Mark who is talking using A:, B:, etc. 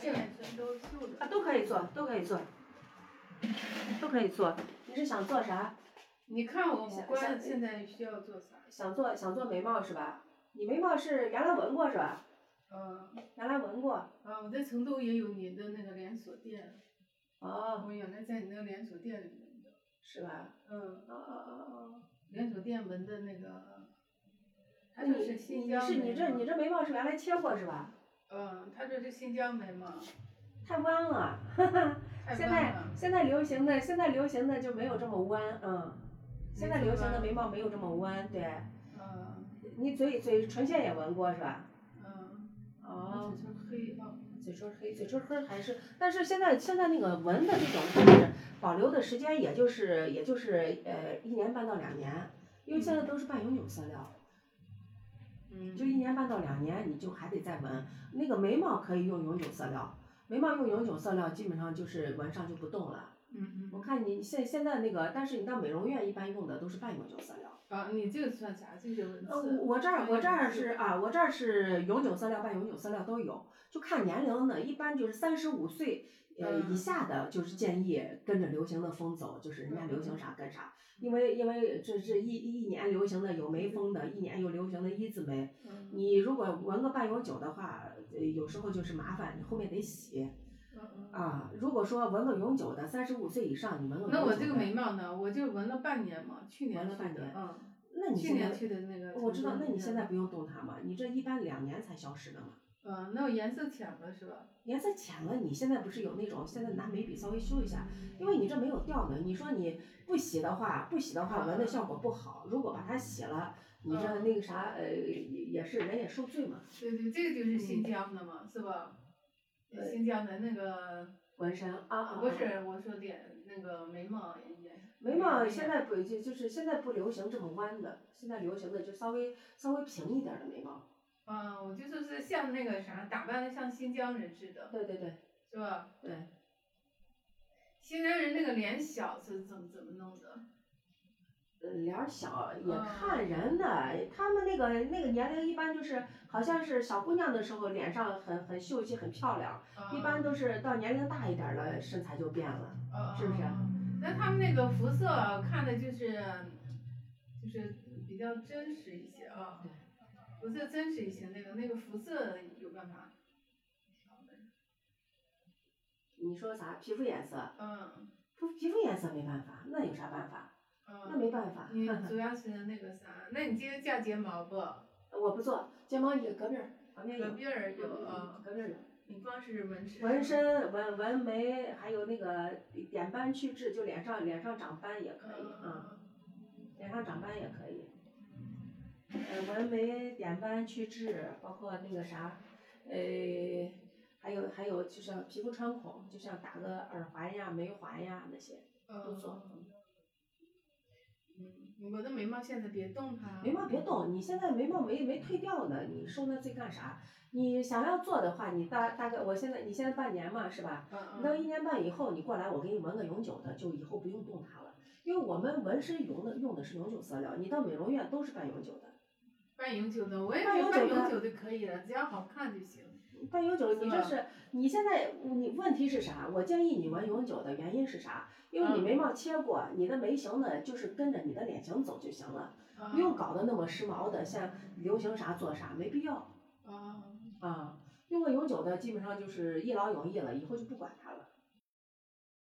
A: 这两天都住着。
B: 啊，都可以做，都可以做，都可以做。
C: 你是想做啥？
A: 你看我们
C: 想
A: 关
C: 想
A: 现在需要做啥？
C: 想做想做眉毛是吧？你眉毛是原来纹过是吧？
A: 嗯，
C: 原来纹过。
A: 啊，我在成都也有你的那个连锁店，
C: 哦，
A: 我原来在你那个连锁店里纹的，
C: 是吧？
A: 嗯，
C: 哦哦哦哦。
A: 连锁店纹的那个，它
C: 那
A: 就
C: 你
A: 是
C: 你
A: 新
C: 你
A: 疆
C: 是你
A: 眉
C: 这
A: 毛
C: 你这眉毛是原来切过是吧？
A: 嗯，它这是新疆眉毛，
C: 太弯了，
A: 太
C: 现
A: 弯
C: 在
A: 了。
C: 现在流行的现在流行的就没有这么弯，嗯，现在
A: 没这
C: 流
A: 么
C: 行的
A: 弯
C: 眉毛没有这么弯，对，
A: 嗯
C: 你嘴嘴唇线也纹过是吧？
A: 嗯，
C: 哦，
A: 就是黑啊，
C: 嘴唇黑，嘴唇黑还是，但是现在现在那个纹的这种就是保留的时间也就是也就是呃一年半到两年，因为现在都是半永久色料，
A: 嗯，
C: 就一年半到两年你就还得再纹，那个眉毛可以用永久色料，眉毛用永久色料基本上就是纹上就不动了。
A: 嗯
C: 我
A: 嗯
C: 看你现现在那个，但是你到美容院一般用的都是半永久色料。
A: 啊，你这个算啥？这个文字。
C: 呃，我我这儿我这儿是啊，我这儿是永久色料、半永久色料都有，就看年龄的，一般就是三十五岁呃
A: 嗯
C: 以下的，就是建议跟着流行的风走，就是人家流行啥跟啥，因为因为这这一一年流行的有眉峰的，一年又流行的一字眉，
A: 嗯，
C: 你如果纹个半永久的话，呃有时候就是麻烦，你后面得洗
A: 嗯嗯
C: 啊。如果说纹个永久的，三十五岁以上你纹个永久
A: 那
C: 的，
A: 我这个眉毛呢，我就纹了半年嘛，去年
C: 纹了
A: 去
C: 半
A: 的
C: 年
A: 嗯，
C: 那你
A: 去
C: 现
A: 年
C: 在哦
A: 去的那个
C: 我
A: 成
C: 知
A: 都
C: 道，那
A: 那
C: 你
A: 个
C: 现在不用动它嘛？你这一般两年才消失的嘛。
A: 嗯，那我颜色浅了是吧？
C: 颜色浅了，你现在不是有那种现在拿眉笔稍微修一下，因为你这没有掉的。你说你不洗的话，不洗的话纹的效果不好。如果把它洗了，你这
A: 嗯
C: 那个啥呃也也是人也受罪嘛。
A: 对对，这个就是新疆的嘛，是吧？
C: 对
A: 新疆的那个
C: 纹身啊啊，
A: 不
C: 啊
A: 是，我说脸那个眉毛也
C: 眉毛现在不就就是现在不流行这么弯的，现在流行的就稍微稍微平一点的眉毛。
A: 啊，我就说是像那个啥，打扮的像新疆人似的，
C: 对对对
A: 是吧？
C: 对，
A: 新疆人那个脸小是怎么怎么弄的？
C: 呃脸儿小也
A: 嗯
C: 看人的，他们那个那个年龄一般就是，好像是小姑娘的时候脸上很很秀气很漂亮，
A: 啊
C: 一般都是到年龄大一点儿了身材就变了。
A: 啊
C: 是不是
A: 啊啊那他们那个肤色看的就是，就是比较真实一些啊，肤色真实一些。那个那个肤色有办法调的，
C: 你说啥？皮肤颜色？
A: 嗯
C: 不，皮肤颜色没办法，那有啥办法？那
A: 嗯。
C: 没办法。
A: 你 主要是那个啥，那你今天嫁睫毛不？
C: 我不做睫毛，你隔壁儿旁边有
A: 隔，壁儿有
C: 嗯
A: 啊，
C: 隔壁儿有。
A: 你光是纹身，
C: 纹身、纹纹眉，还有那个点斑去痣，就脸上脸上长斑也可以，嗯，
A: 嗯，
C: 脸上长斑也可以。呃，纹眉、点斑、去痣，包括那个啥，呃，还有还有就像皮肤穿孔，就像打个耳环呀、眉环呀那些。
A: 嗯
C: 不错
A: 嗯，我的眉毛现在别动它，
C: 眉毛别动，你现在眉毛没没退掉呢，你受那罪干啥？你想要做的话，你大大概我现在你现在半年嘛是吧？
A: 嗯，嗯
C: 你到一年半以后，你过来，我给你纹个永久的，就以后不用动它了，因为我们纹身用的用的是永久色料，你到美容院都是半永久的。
A: 半永久的，我也
C: 半
A: 觉得
C: 永
A: 半
C: 久
A: 永
C: 的
A: 久就可以了，只要好看就行。
C: 半永久，你这
A: 嗯
C: 是你现在你问题是啥？我建议你纹永久的原因是啥？因为你
A: 嗯
C: 眉毛切过，你的眉形呢就是跟着你的脸型走就行了，
A: 嗯
C: 不用搞得那么时髦的，像流行啥做啥，没必要
A: 啊。啊
C: 啊。用个永久的基本上就是一劳永逸了，以后就不管它了。